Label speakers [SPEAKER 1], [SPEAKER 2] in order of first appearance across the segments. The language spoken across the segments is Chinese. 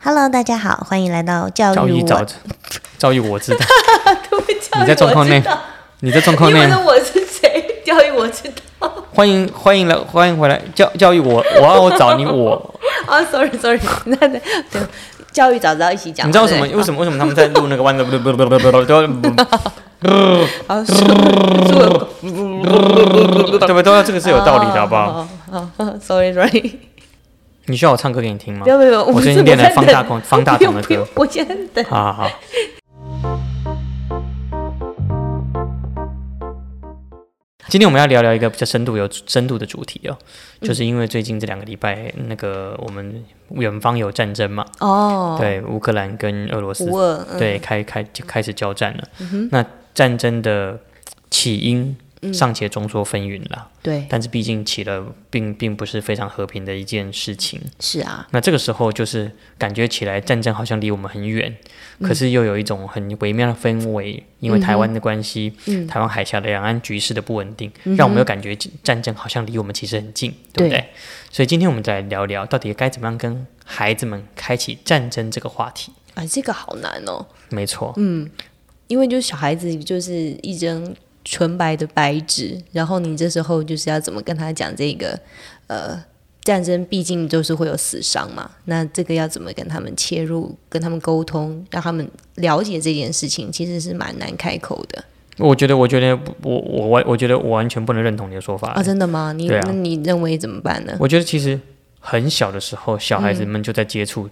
[SPEAKER 1] Hello，大家好，欢迎来到教
[SPEAKER 2] 教
[SPEAKER 1] 育哎
[SPEAKER 2] 育
[SPEAKER 1] 我。
[SPEAKER 2] 早，教育我知道，
[SPEAKER 1] 你
[SPEAKER 2] 你在状况内，你在状况
[SPEAKER 1] 你
[SPEAKER 2] 内
[SPEAKER 1] 问，我是谁？教育我知道。
[SPEAKER 2] 欢迎欢迎来欢迎回来，教教育我，我要我找你我，
[SPEAKER 1] 啊、s o r r y Sorry，那那对，教育早知道一起讲。
[SPEAKER 2] 你知道为什么？为
[SPEAKER 1] 么？
[SPEAKER 2] 什么为什么他们在录那个弯的不不不不不不都要
[SPEAKER 1] 好，啊是 是
[SPEAKER 2] 对不都要这个是有道理的好不
[SPEAKER 1] 哦
[SPEAKER 2] 好？？
[SPEAKER 1] Sorry Sorry，
[SPEAKER 2] 你需要我唱歌给你听吗
[SPEAKER 1] 不？要不要，
[SPEAKER 2] 我最近练了方大同方大同的歌，
[SPEAKER 1] 我现在等。
[SPEAKER 2] 好好好，今天我们要聊聊一个比较深度、有深度的主题哦，
[SPEAKER 1] 嗯
[SPEAKER 2] 就是因为最近这两个礼拜，那个我们远方有战争嘛，
[SPEAKER 1] 哦，，
[SPEAKER 2] 对，乌克兰跟俄罗斯
[SPEAKER 1] 五二，嗯，
[SPEAKER 2] 对开开就开始交战了。那战争的起因尚且众说纷纭啦，
[SPEAKER 1] 嗯对，
[SPEAKER 2] 但是毕竟起了并并不是非常和平的一件事情。
[SPEAKER 1] 是啊，
[SPEAKER 2] 那这个时候就是感觉起来战争好像离我们很远，
[SPEAKER 1] 嗯
[SPEAKER 2] 可是又有一种很微妙的氛围，因为台湾的关系，
[SPEAKER 1] 嗯
[SPEAKER 2] 台湾海峡的两岸局势的不稳定，让我们有感觉战争好像离我们其实很近，对不
[SPEAKER 1] 对
[SPEAKER 2] 对？所以今天我们再来聊聊，到底该怎么样跟孩子们开启战争这个话题。
[SPEAKER 1] 啊，这个好难哦，
[SPEAKER 2] 没错，
[SPEAKER 1] 因为就是小孩子就是一张纯白的白纸，然后你这时候就是要怎么跟他讲这个呃战争，毕竟就是会有死伤嘛，那这个要怎么跟他们切入，跟他们沟通，让他们了解这件事情，其实是蛮难开口的
[SPEAKER 2] 我觉得，我觉得不，我我完，我觉得我完全不能认同你的说法。
[SPEAKER 1] 啊，真的吗？你、
[SPEAKER 2] 对啊
[SPEAKER 1] 那你认为怎么办呢？
[SPEAKER 2] 我觉得其实很小的时候，小孩子们就在接触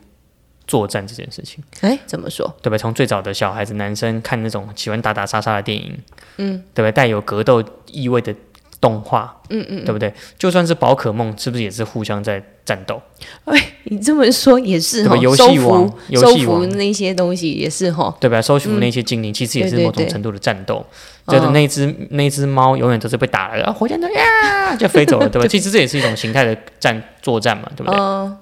[SPEAKER 2] 作战这件事情，
[SPEAKER 1] 哎，怎么说？
[SPEAKER 2] 对吧？从最早的小孩子，男生看那种喜欢打打杀杀的电影，嗯，对吧？带有格斗意味的动画，嗯嗯，对不对？就算是宝可梦，是不是也是互相在战斗？
[SPEAKER 1] 你这么说也是
[SPEAKER 2] 对吧
[SPEAKER 1] 哈，
[SPEAKER 2] 游戏
[SPEAKER 1] 收服
[SPEAKER 2] 王游
[SPEAKER 1] 收
[SPEAKER 2] 戏
[SPEAKER 1] 服
[SPEAKER 2] 王
[SPEAKER 1] 那些东西也是哦哈，
[SPEAKER 2] 对吧？收服那些精灵，其实也
[SPEAKER 1] 嗯
[SPEAKER 2] 是
[SPEAKER 1] 对对
[SPEAKER 2] 某种
[SPEAKER 1] 对
[SPEAKER 2] 程度的战斗。就是
[SPEAKER 1] 嗯
[SPEAKER 2] 那只那只猫永远都是被打了，然后啊火箭队呀啊就飞走 了，对吧？其实这也是一种形态的战作战嘛，对不对？
[SPEAKER 1] 嗯，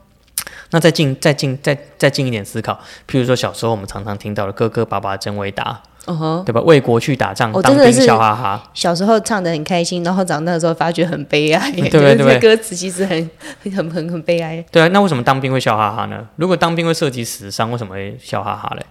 [SPEAKER 2] 那再进再进再再进一点思考，譬如说小时候我们常常听到的“哥哥爸爸真伟大
[SPEAKER 1] 嗯哼”，。
[SPEAKER 2] 对吧？为国去打仗，
[SPEAKER 1] 哦
[SPEAKER 2] 当
[SPEAKER 1] 真的
[SPEAKER 2] 兵
[SPEAKER 1] 是
[SPEAKER 2] 笑哈哈。
[SPEAKER 1] 小时候唱的很开心，然后长大的时候发觉很悲哀，
[SPEAKER 2] 对
[SPEAKER 1] 就是
[SPEAKER 2] 对
[SPEAKER 1] 这个歌词其实很很很很很悲哀。
[SPEAKER 2] 对啊，那为什么当兵会笑哈哈呢？如果当兵会涉及死伤，为什么会笑哈哈嘞？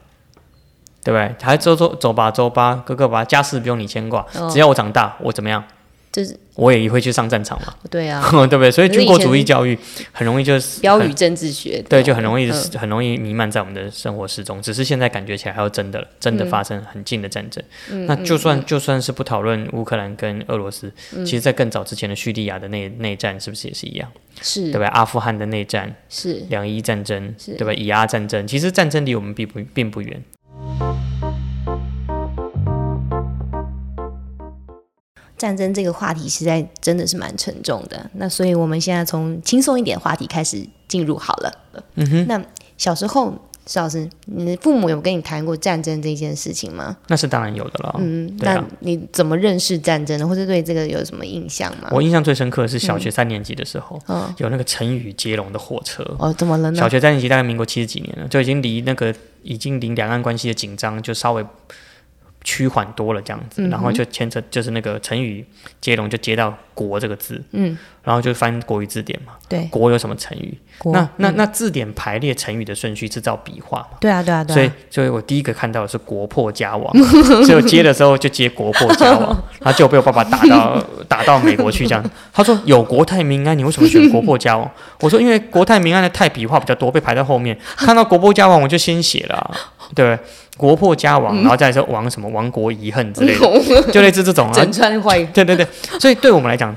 [SPEAKER 2] 对不对？还走走走吧，走吧，哥哥吧，家事不用你牵挂，
[SPEAKER 1] 哦
[SPEAKER 2] 只要我长大，我怎么样？
[SPEAKER 1] 就是
[SPEAKER 2] 我也会去上战场嘛，
[SPEAKER 1] 对啊，
[SPEAKER 2] 对不对？所以
[SPEAKER 1] 可是
[SPEAKER 2] 军
[SPEAKER 1] 以
[SPEAKER 2] 国
[SPEAKER 1] 前
[SPEAKER 2] 主义教育很容易就是
[SPEAKER 1] 标
[SPEAKER 2] 很
[SPEAKER 1] 语政治学，
[SPEAKER 2] 对，就很容易、
[SPEAKER 1] 嗯
[SPEAKER 2] 很容易弥漫在我们的生活之中。只是现在感觉起来，还有真的了真
[SPEAKER 1] 嗯
[SPEAKER 2] 的发生很近的战争。那就算、就算是不讨论乌克兰跟俄罗斯，
[SPEAKER 1] 嗯
[SPEAKER 2] 其实在更早之前的叙利亚的内内战，是不是也是一样？对
[SPEAKER 1] 是
[SPEAKER 2] 吧？阿富汗的内战、
[SPEAKER 1] 是
[SPEAKER 2] 两伊战争，
[SPEAKER 1] 是
[SPEAKER 2] 对吧？以阿战争，其实战争离我们并不并不远。
[SPEAKER 1] 战争这个话题，实在真的是蛮沉重的。那所以我们现在从轻松一点话题开始进入好了。嗯哼，那小时候。石老师，你的父母有跟你谈过战争这件事情吗？
[SPEAKER 2] 那是当然有的了。
[SPEAKER 1] 嗯，
[SPEAKER 2] 对啊
[SPEAKER 1] 那你怎么认识战争的，或者对这个有什么印象吗？
[SPEAKER 2] 我印象最深刻的是小学三年级的时候，
[SPEAKER 1] 嗯
[SPEAKER 2] 有那个成语接龙的火车。
[SPEAKER 1] 哦，怎么了呢
[SPEAKER 2] 小？学三年级大概民国七十几年了，就已经离那个已经离两岸关系的紧张就稍微趋缓多了这样
[SPEAKER 1] 嗯
[SPEAKER 2] 子，然后就牵扯就是那个成语接龙就接到“国”这个字，
[SPEAKER 1] 嗯，
[SPEAKER 2] 然后就翻国语字典嘛，
[SPEAKER 1] 对，
[SPEAKER 2] 国有什么成语？
[SPEAKER 1] 国嗯
[SPEAKER 2] 那那那字典排列成语的顺序是照笔画嘛？
[SPEAKER 1] 对啊，对啊，对啊。
[SPEAKER 2] 所以，所以我第一个看到的是“国破家亡”， 所以我接的时候就接“国破家亡”，然后就被我爸爸打到 打到美国去这样。他说：“有国泰民安，你为什么选‘国破家亡’？”我说：“因为‘国泰民安’的泰笔画比较多，被排在后面。看到‘国破家亡’，我就先写了啊、对，国破家亡，然后再说亡什么亡国遗恨之 类的，就类似这种啊。
[SPEAKER 1] 整串坏
[SPEAKER 2] 对对对， 所以对我们来讲。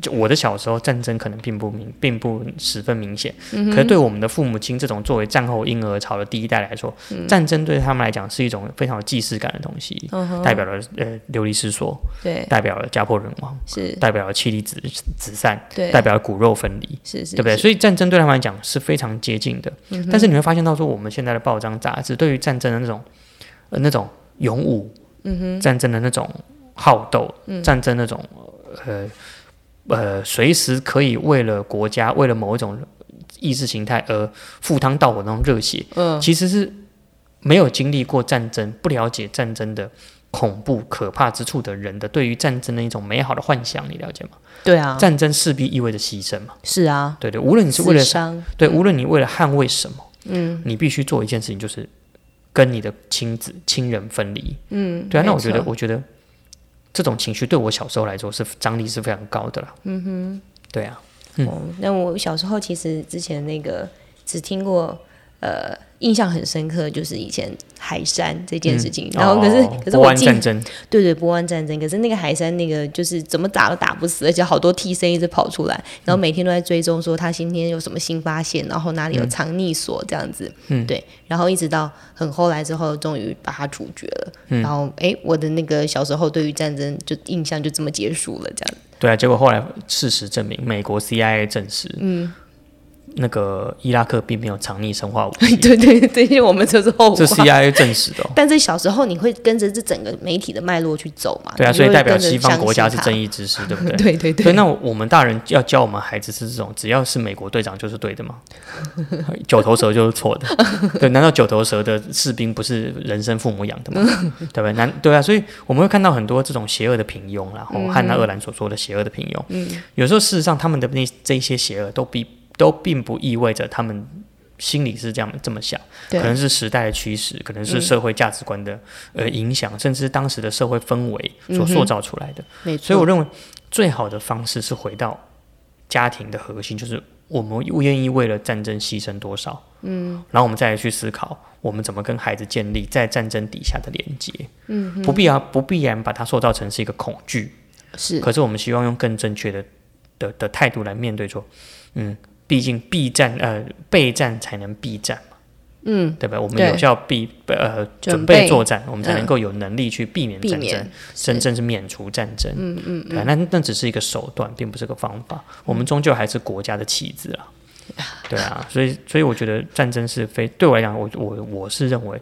[SPEAKER 2] 就我的小时候，战争可能并不明，并不十分明显。
[SPEAKER 1] 嗯
[SPEAKER 2] 可是对我们的父母亲这种作为战后婴儿潮的第一代来说，
[SPEAKER 1] 嗯
[SPEAKER 2] 战争对他们来讲是一种非常有既视感的东西，代表了呃流离失所，
[SPEAKER 1] 对，
[SPEAKER 2] 代表了家破人亡，
[SPEAKER 1] 是，
[SPEAKER 2] 代表了妻离子子散，
[SPEAKER 1] 对，
[SPEAKER 2] 代表了骨肉分离，
[SPEAKER 1] 是是，
[SPEAKER 2] 对不对？
[SPEAKER 1] 是？嗯
[SPEAKER 2] 所以战争对他们来讲是非常接近的。但是你会发现到说，我们现在的报章杂志对于战争的那种呃那种勇武，嗯哼，战争的那种好斗，
[SPEAKER 1] 嗯
[SPEAKER 2] 战争那种呃呃随时可以为了国家、为了某一种意识形态而赴汤蹈火的那种热血，
[SPEAKER 1] 嗯
[SPEAKER 2] 其实是没有经历过战争、不了解战争的。恐怖可怕之处的人的对于战争的一种美好的幻想，你了解吗？
[SPEAKER 1] 对啊，
[SPEAKER 2] 战争势必意味着牺牲嘛，
[SPEAKER 1] 是啊，
[SPEAKER 2] 对对，无论你是为
[SPEAKER 1] 死
[SPEAKER 2] 了
[SPEAKER 1] 伤，
[SPEAKER 2] 对，无论你为了捍卫什么，嗯，你必须做一件事情，就是跟你的亲子亲人分离。嗯，对啊，那我觉
[SPEAKER 1] 没
[SPEAKER 2] 得，
[SPEAKER 1] 错
[SPEAKER 2] 我觉得这种情绪对我小时候来说是张力是非常高的啦。嗯哼，对啊，
[SPEAKER 1] 哦，那我小时候其实之前那个只听过，呃，印象很深刻，就是以前海山这件事情。然后可是、
[SPEAKER 2] 哦
[SPEAKER 1] 可是
[SPEAKER 2] 波
[SPEAKER 1] 我
[SPEAKER 2] 湾
[SPEAKER 1] 进
[SPEAKER 2] 战争，
[SPEAKER 1] 对对波湾战争，可是那个海山那个就是怎么打都打不死，而且好多替身一直跑出来，然后每天都在追踪说他今天有什么新发现，然后哪里有藏匿所这样子。
[SPEAKER 2] 嗯
[SPEAKER 1] 对，然后一直到很后来之后，终于把他处决了。
[SPEAKER 2] 嗯
[SPEAKER 1] 然后哎，我的那个小时候对于战争就印象就这么结束了， 这样。
[SPEAKER 2] 对啊，结果后来事实证明，美国 CIA 证实，嗯，那个伊拉克并没有藏匿生化武器，
[SPEAKER 1] 对对对，因为我们就是后话。
[SPEAKER 2] 这 CIA 证实的、哦。
[SPEAKER 1] 但是小时候你会跟着这整个媒体的脉络去走嘛？
[SPEAKER 2] 对啊，
[SPEAKER 1] 你就
[SPEAKER 2] 所以
[SPEAKER 1] 会
[SPEAKER 2] 代表
[SPEAKER 1] 跟着
[SPEAKER 2] 西方
[SPEAKER 1] 相
[SPEAKER 2] 国家是
[SPEAKER 1] 信它
[SPEAKER 2] 正义之师，对不对？
[SPEAKER 1] 对对
[SPEAKER 2] 所以
[SPEAKER 1] 对，
[SPEAKER 2] 那我们大人要教我们孩子是这种，只要是美国队长就是对的吗？ 九头蛇就是 错的，对？难道九头蛇的士兵不是人生父母养 的吗？对不对？难对啊，所以我们会看到很多这种邪恶的平庸啦，然
[SPEAKER 1] 嗯
[SPEAKER 2] 后汉娜·鄂兰所说的邪恶的平庸，有时候事实上他们的那这一些邪恶都比都并不意味着他们。心里是这样这么想，可能
[SPEAKER 1] 对嗯
[SPEAKER 2] 是时代的驱使，可能是社会价值观的、呃影响，甚至当时的社会氛围
[SPEAKER 1] 嗯
[SPEAKER 2] 所塑造出来的。
[SPEAKER 1] 没错。
[SPEAKER 2] 所以我认为最好的方式是回到家庭的核心，就是我们愿意为了战争牺牲多少，嗯，然后我们再来去思考我们怎么跟孩子建立在战争底下的连接，嗯，不必要不必然把它塑造成是一个恐惧，
[SPEAKER 1] 是
[SPEAKER 2] 可是我们希望用更正确的的的态度来面对说，嗯，毕竟避战呃备战才能避战。
[SPEAKER 1] 嗯，
[SPEAKER 2] 对吧？我们
[SPEAKER 1] 对
[SPEAKER 2] 有效避呃
[SPEAKER 1] 准
[SPEAKER 2] 准备
[SPEAKER 1] 备
[SPEAKER 2] 作战，我们才
[SPEAKER 1] 嗯
[SPEAKER 2] 能够有能力去避免
[SPEAKER 1] 避
[SPEAKER 2] 战争。
[SPEAKER 1] 免
[SPEAKER 2] 真正是免除战争。嗯嗯对啊，那那只是一个手段，并不是个方法。我们终究还是国家的棋子啊。对啊，所以所以我觉得战争是非对我来讲，我我我是认为，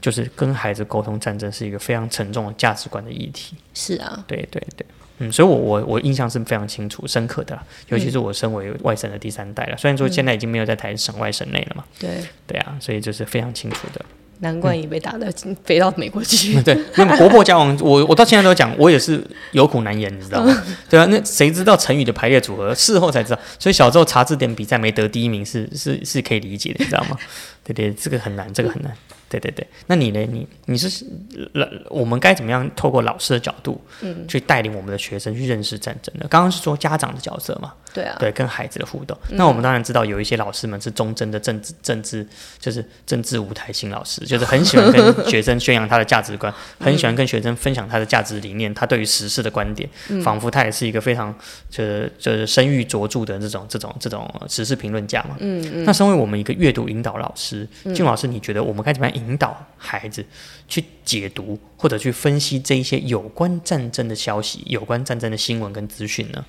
[SPEAKER 2] 就是跟孩子沟通战争是一个非常沉重的价值观的议题。
[SPEAKER 1] 是啊，
[SPEAKER 2] 对对对，嗯，所以我我我印象是非常清楚、深刻的啦，尤其是我身为外省的第三代了，虽然说现在已经没有在台省外省内了嘛，
[SPEAKER 1] 对，
[SPEAKER 2] 对啊，所以就是非常清楚的。
[SPEAKER 1] 难怪你被打到飞到美国去。
[SPEAKER 2] 对，那么国破家亡，我我到现在都讲，我也是有苦难言，你知道吗？对啊，那谁知道成语的排列组合，事后才知道。所以小时候查字典比赛没得第一名是是是可以理解的，你知道吗？ 对对，这个很难，这个很难。对对对，那你呢？你你是老，我们该怎么样透过老师的角度，嗯，去带领我们的学生去认识战争呢？刚刚是说家长的角色嘛，
[SPEAKER 1] 对啊，
[SPEAKER 2] 对，跟孩子的互动。那我们当然知道有一些老师们是忠贞的政治政治，就是政治舞台型老师，就是很喜欢跟学生宣扬他的价值 观，很喜欢跟学生分享他的价值理念，他对于时事的观点，仿佛他也是一个非常就是就是声誉卓著的这种这种这种时事评论家嘛。嗯嗯。那身为我们一个阅读引导老师，金老师，你觉得我们该怎么样引导孩子去解读或者去分析这一些有关战争的消息、有关战争的新闻跟资讯呢？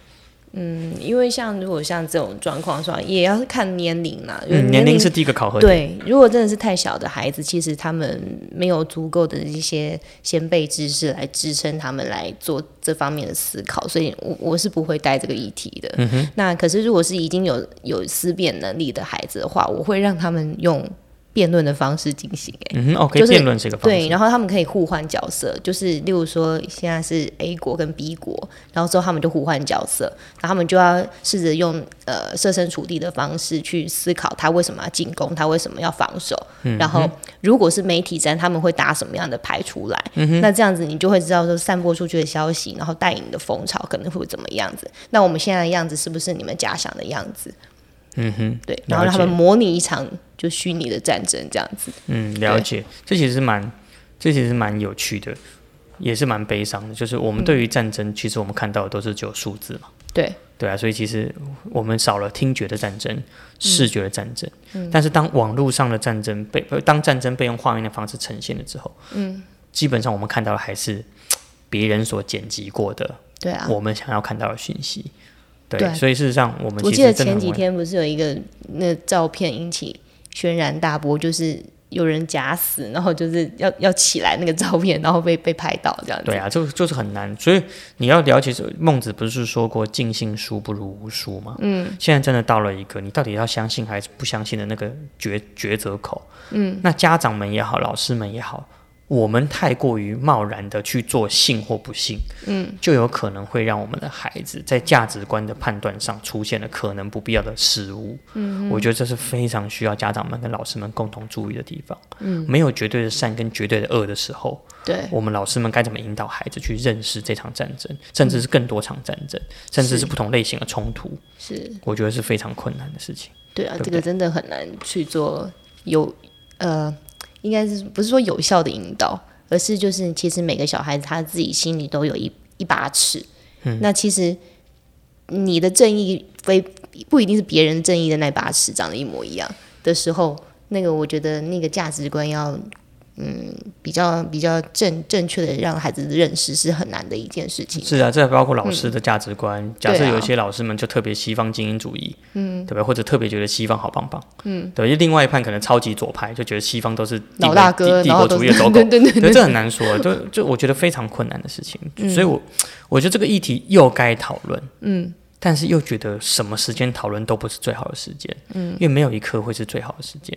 [SPEAKER 1] 嗯因为像如果像这种状况的话，也要看年龄啦。就是
[SPEAKER 2] 嗯，年龄是第一个考核点。
[SPEAKER 1] 对，如果真的是太小的孩子，其实他们没有足够的一些先辈知识来支撑他们来做这方面的思考，所以我我是不会带这个议题的。
[SPEAKER 2] 嗯
[SPEAKER 1] 那可是如果是已经有有思辨能力的孩子的话，我会让他们用辩论的方式进行、欸。
[SPEAKER 2] 嗯哼，OK，
[SPEAKER 1] 就是
[SPEAKER 2] 辩论是一个方
[SPEAKER 1] 对，
[SPEAKER 2] 式。
[SPEAKER 1] 然后他们可以互换角色，就是例如说现在是 A 国跟 B 国，然后之后他们就互换角色，然后他们就要试着用呃设身处地的方式去思考他为什么要进攻，他为什么要防守，
[SPEAKER 2] 嗯
[SPEAKER 1] 然后如果是媒体战，他们会打什么样的牌出来，
[SPEAKER 2] 嗯
[SPEAKER 1] 那这样子你就会知道说散播出去的消息，然后带领的风潮可能会怎么样子。那我们现在的样子是不是你们假想的样子？
[SPEAKER 2] 嗯哼，
[SPEAKER 1] 对，然后让他们模拟一场就虚拟的战争这样子。
[SPEAKER 2] 嗯，了解。这其实是蛮，这其实是蛮有趣的，也是蛮悲伤的。就是我们对于战争，其实我们看到的都是只有数字嘛。
[SPEAKER 1] 嗯对，嗯
[SPEAKER 2] 对啊，所以其实我们少了听觉的战争、视觉的战争，但是当网络上的战争被呃当战争被用画面的方式呈现了之后，嗯，基本上我们看到的还是别人所剪辑过的，
[SPEAKER 1] 对啊。
[SPEAKER 2] 我们想要看到的讯息。对，
[SPEAKER 1] 对
[SPEAKER 2] 所以事实上我们
[SPEAKER 1] 我
[SPEAKER 2] 其
[SPEAKER 1] 记得
[SPEAKER 2] 实真
[SPEAKER 1] 前
[SPEAKER 2] 的很
[SPEAKER 1] 几
[SPEAKER 2] 晚
[SPEAKER 1] 天不是有一个那照片引起轩然大波，就是有人假死，然后就是要要起来那个照片，然后被被拍到这样子。
[SPEAKER 2] 对啊，就就是很难，所以你要了解，孟子不是说过“尽信书不如无书”吗？嗯，现在真的到了一个你到底要相信还是不相信的那个抉抉择口。嗯，那家长们也好，老师们也好，我们太过于贸然的去做信或不信，嗯，就有可能会让我们的孩子在价值观的判断上出现了可能不必要的失误。嗯，我觉得这是非常需要家长们跟老师们共同注意的地方。嗯，没有绝对的善跟绝对的恶的时候，
[SPEAKER 1] 对，
[SPEAKER 2] 我们老师们该怎么引导孩子去认识这场战争，甚至是更多场战争，甚至是不同类型的冲突？
[SPEAKER 1] 嗯是，
[SPEAKER 2] 我觉得是非常困难的事情。
[SPEAKER 1] 对啊，
[SPEAKER 2] 对不
[SPEAKER 1] 这个真的很难去做有呃，应该是不是说有效的引导，而是就是其实每个小孩子他自己心里都有一一把尺，嗯，那其实你的正义非不一定是别人正义的那把尺长得一模一样的时候，那个我觉得那个价值观要。嗯，比较比较正正确的让孩子认识是很难的一件事情。
[SPEAKER 2] 是啊，这包括老师的价值观。假设
[SPEAKER 1] 对啊
[SPEAKER 2] 有一些老师们就特别西方精英主义，嗯，对不对？或者特别觉得西方好棒棒，嗯，对。因为另外一派可能超级左派，就觉得西方都是帝国
[SPEAKER 1] 老大哥，
[SPEAKER 2] 帝帝
[SPEAKER 1] 然后
[SPEAKER 2] 国
[SPEAKER 1] 都
[SPEAKER 2] 主义
[SPEAKER 1] 是
[SPEAKER 2] 的走狗
[SPEAKER 1] 对，对对
[SPEAKER 2] 对，这很难说，就就我觉得非常困难的事情，所以我我觉得这个议题又该讨论，嗯，但是又觉得什么时间讨论都不是最好的时间，嗯，因为没有一刻会是最好的时间，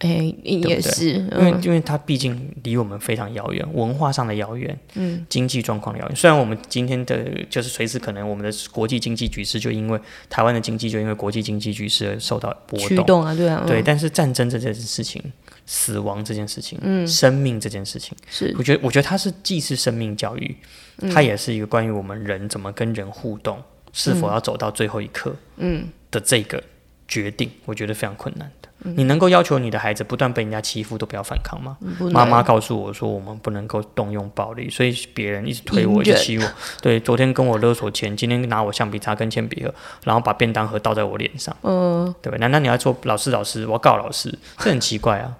[SPEAKER 1] 哎、也
[SPEAKER 2] 对
[SPEAKER 1] 是，
[SPEAKER 2] 因为
[SPEAKER 1] 嗯，
[SPEAKER 2] 因为它毕竟离我们非常遥远，文化上的遥远，嗯，经济状况的遥远。虽然我们今天的就是随时可能我们的国际经济局势就因为台湾的经济就因为国际经济局势而受到波
[SPEAKER 1] 驱
[SPEAKER 2] 动，
[SPEAKER 1] 动啊，对啊，嗯
[SPEAKER 2] 对，但是战争这件事情。死亡这件事情，嗯，生命这件事情，
[SPEAKER 1] 是
[SPEAKER 2] 我觉得，我觉得它是既是生命教育，
[SPEAKER 1] 嗯
[SPEAKER 2] 它也是一个关于我们人怎么跟人互动，是
[SPEAKER 1] 嗯
[SPEAKER 2] 否要走到最后一刻，嗯的这个决定，我觉得非常困难的。
[SPEAKER 1] 嗯
[SPEAKER 2] 你能够要求你的孩子不断被人家欺负都不要反抗吗？
[SPEAKER 1] 不
[SPEAKER 2] 妈
[SPEAKER 1] 能
[SPEAKER 2] 妈告诉我说，我们不能够动用暴力，所以别人一直推
[SPEAKER 1] 隐
[SPEAKER 2] 我，一直
[SPEAKER 1] 忍
[SPEAKER 2] 欺我。对，昨天跟我勒索钱，今天拿我橡皮擦跟铅笔盒，然后把便当盒倒在我脸上，
[SPEAKER 1] 嗯
[SPEAKER 2] 对吧？难道你要说老师老师，我要告老师？这很奇怪啊，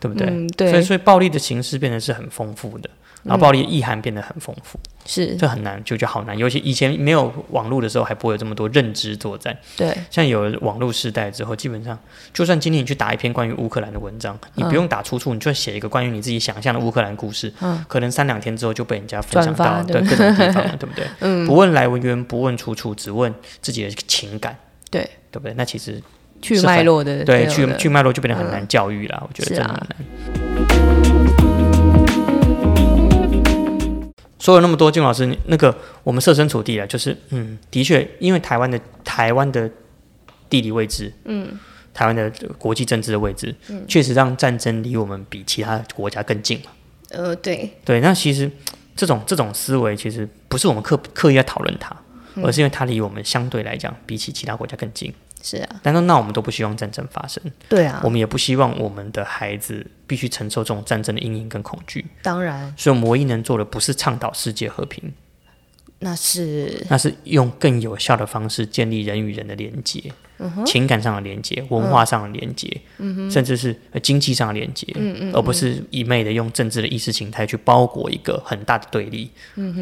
[SPEAKER 2] 对不对？
[SPEAKER 1] 嗯，
[SPEAKER 2] 所以
[SPEAKER 1] 对，嗯
[SPEAKER 2] 所以暴力的形式变得是很丰富的，然后暴力的意涵变得很丰富，
[SPEAKER 1] 是，
[SPEAKER 2] 这很难，就就好难。尤其以前没有网络的时候，还不会有这么多认知作战。
[SPEAKER 1] 对，
[SPEAKER 2] 现在有了网络时代之后，基本上就算今天你去打一篇关于乌克兰的文章，你
[SPEAKER 1] 嗯
[SPEAKER 2] 不用打出处，你就写一个关于你自己想象的乌克兰故事，可能三两天之后就被人家分享
[SPEAKER 1] 嗯转发嗯
[SPEAKER 2] 到对各种地方了， 对不对？不问来源，不问出处，只问自己的情感，
[SPEAKER 1] 对
[SPEAKER 2] 对不对？那其实
[SPEAKER 1] 去
[SPEAKER 2] 是
[SPEAKER 1] 脉
[SPEAKER 2] 反
[SPEAKER 1] 络的，
[SPEAKER 2] 对，
[SPEAKER 1] 没有
[SPEAKER 2] 去
[SPEAKER 1] 的嗯
[SPEAKER 2] 去脉络就变得很难教育啦，我觉得
[SPEAKER 1] 是
[SPEAKER 2] 真的
[SPEAKER 1] 啊
[SPEAKER 2] 很难。说了那么多，金老师，你那个我们设身处地啊，就是嗯，的确，因为台湾的台湾的地理位置，嗯，台湾的国际政治的位置，
[SPEAKER 1] 嗯
[SPEAKER 2] 确实让战争离我们比其他国家更近嘛。
[SPEAKER 1] 呃，对，
[SPEAKER 2] 对，那其实这种这种思维，其实不是我们刻刻意要讨论它，
[SPEAKER 1] 嗯
[SPEAKER 2] 而是因为它离我们相对来讲，比起其他国家更近。
[SPEAKER 1] 是啊，
[SPEAKER 2] 难道那我们都不希望战争发生？
[SPEAKER 1] 对啊
[SPEAKER 2] 我，们也不希望我们的孩子必须承受这种战争的阴影跟恐惧，
[SPEAKER 1] 当然
[SPEAKER 2] 所以我们唯一能做的不是倡导世界和平，
[SPEAKER 1] 那是
[SPEAKER 2] 那是用更有效的方式建立人与人的连接，情感上的连接、文化上的连接，甚至是呃经济上的连接，而不是一昧的用政治的意识形态去包裹一个很大的对立。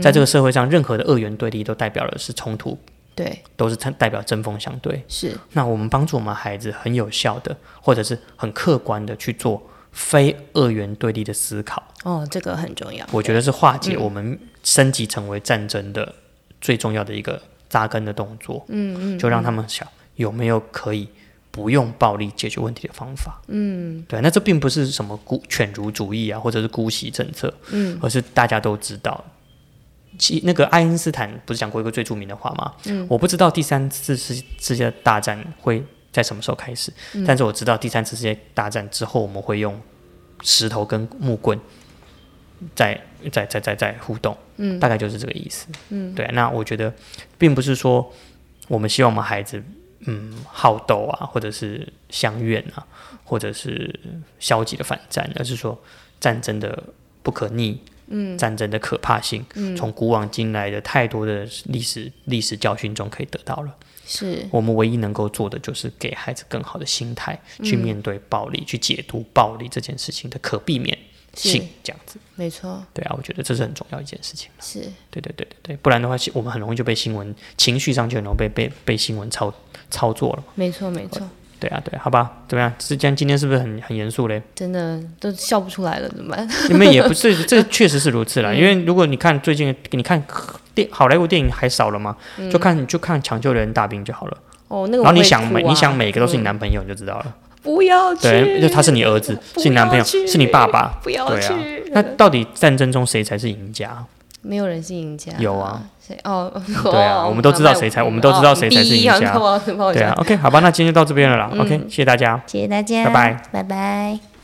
[SPEAKER 2] 在这个社会上，任何的二元对立都代表的是冲突，
[SPEAKER 1] 对，
[SPEAKER 2] 都是它代表针锋相对。
[SPEAKER 1] 是
[SPEAKER 2] 那我们帮助我们孩子很有效的，或者是很客观的去做非二元对立的思考，
[SPEAKER 1] 哦，这个很重要，
[SPEAKER 2] 我觉得是化解我们升级成为战争的最重要的一个扎根的动作。嗯嗯，就让他们想有没有可以不用暴力解决问题的方法。嗯，对，那这并不是什么孤犬儒主义啊，或者是姑息政策，嗯，而是大家都知道。其那个爱因斯坦不是讲过一个最著名的话吗？嗯，我不知道第三次世世界大战会在什么时候开始，但是我知道第三次世界大战之后，我们会用石头跟木棍在在在在在互动，嗯，大概就是这个意思，嗯，对啊。那我觉得，并不是说我们希望我们孩子，嗯，好斗啊，或者是相怨啊，或者是消极的反战，而是说战争的不可逆，嗯，战争的可怕性，嗯，从古往今来的太多的历史历史教训中可以得到了。
[SPEAKER 1] 是
[SPEAKER 2] 我们唯一能够做的就是给孩子更好的心态去面对暴力，去解读暴力这件事情的可避免
[SPEAKER 1] 是
[SPEAKER 2] 性，这样子。
[SPEAKER 1] 没错，
[SPEAKER 2] 对啊，我觉得这是很重要一件事情。
[SPEAKER 1] 是
[SPEAKER 2] 对对对对对，不然的话，我们很容易就被新闻情绪上就很容易被被被新闻操操作了嘛。
[SPEAKER 1] 没错没错，
[SPEAKER 2] 对啊，对啊好吧，怎么样？是这样，今天是不是很很严肃嘞？
[SPEAKER 1] 真的都笑不出来了，怎么办？
[SPEAKER 2] 你们也不是，这确实是如此啦。因为如果你看最近，你看电好莱坞电影还少了吗？就看就看《抢救人大兵》就好了。
[SPEAKER 1] 哦，那个嗯
[SPEAKER 2] 然
[SPEAKER 1] 我
[SPEAKER 2] 后你
[SPEAKER 1] 会
[SPEAKER 2] 想
[SPEAKER 1] 哭
[SPEAKER 2] 每
[SPEAKER 1] 啊
[SPEAKER 2] 你想每个都是你男朋友，你就知道了。
[SPEAKER 1] 不要去，
[SPEAKER 2] 对，就他是你儿子，
[SPEAKER 1] 不要
[SPEAKER 2] 是你男朋友，
[SPEAKER 1] 去
[SPEAKER 2] 是你爸爸，
[SPEAKER 1] 不要
[SPEAKER 2] 对啊
[SPEAKER 1] 去。
[SPEAKER 2] 那到底战争中谁才是赢家？
[SPEAKER 1] 没有人是赢家，
[SPEAKER 2] 有啊，
[SPEAKER 1] 谁哦？
[SPEAKER 2] 对啊
[SPEAKER 1] 哦
[SPEAKER 2] 我们都知道谁才我们都知道谁才是赢家
[SPEAKER 1] 哦你逼啊干嘛干嘛
[SPEAKER 2] 对啊，OK，好吧，那今天就到这边了啦。
[SPEAKER 1] 嗯
[SPEAKER 2] OK，谢谢大家。
[SPEAKER 1] 谢谢大家，
[SPEAKER 2] 拜拜，
[SPEAKER 1] 拜拜。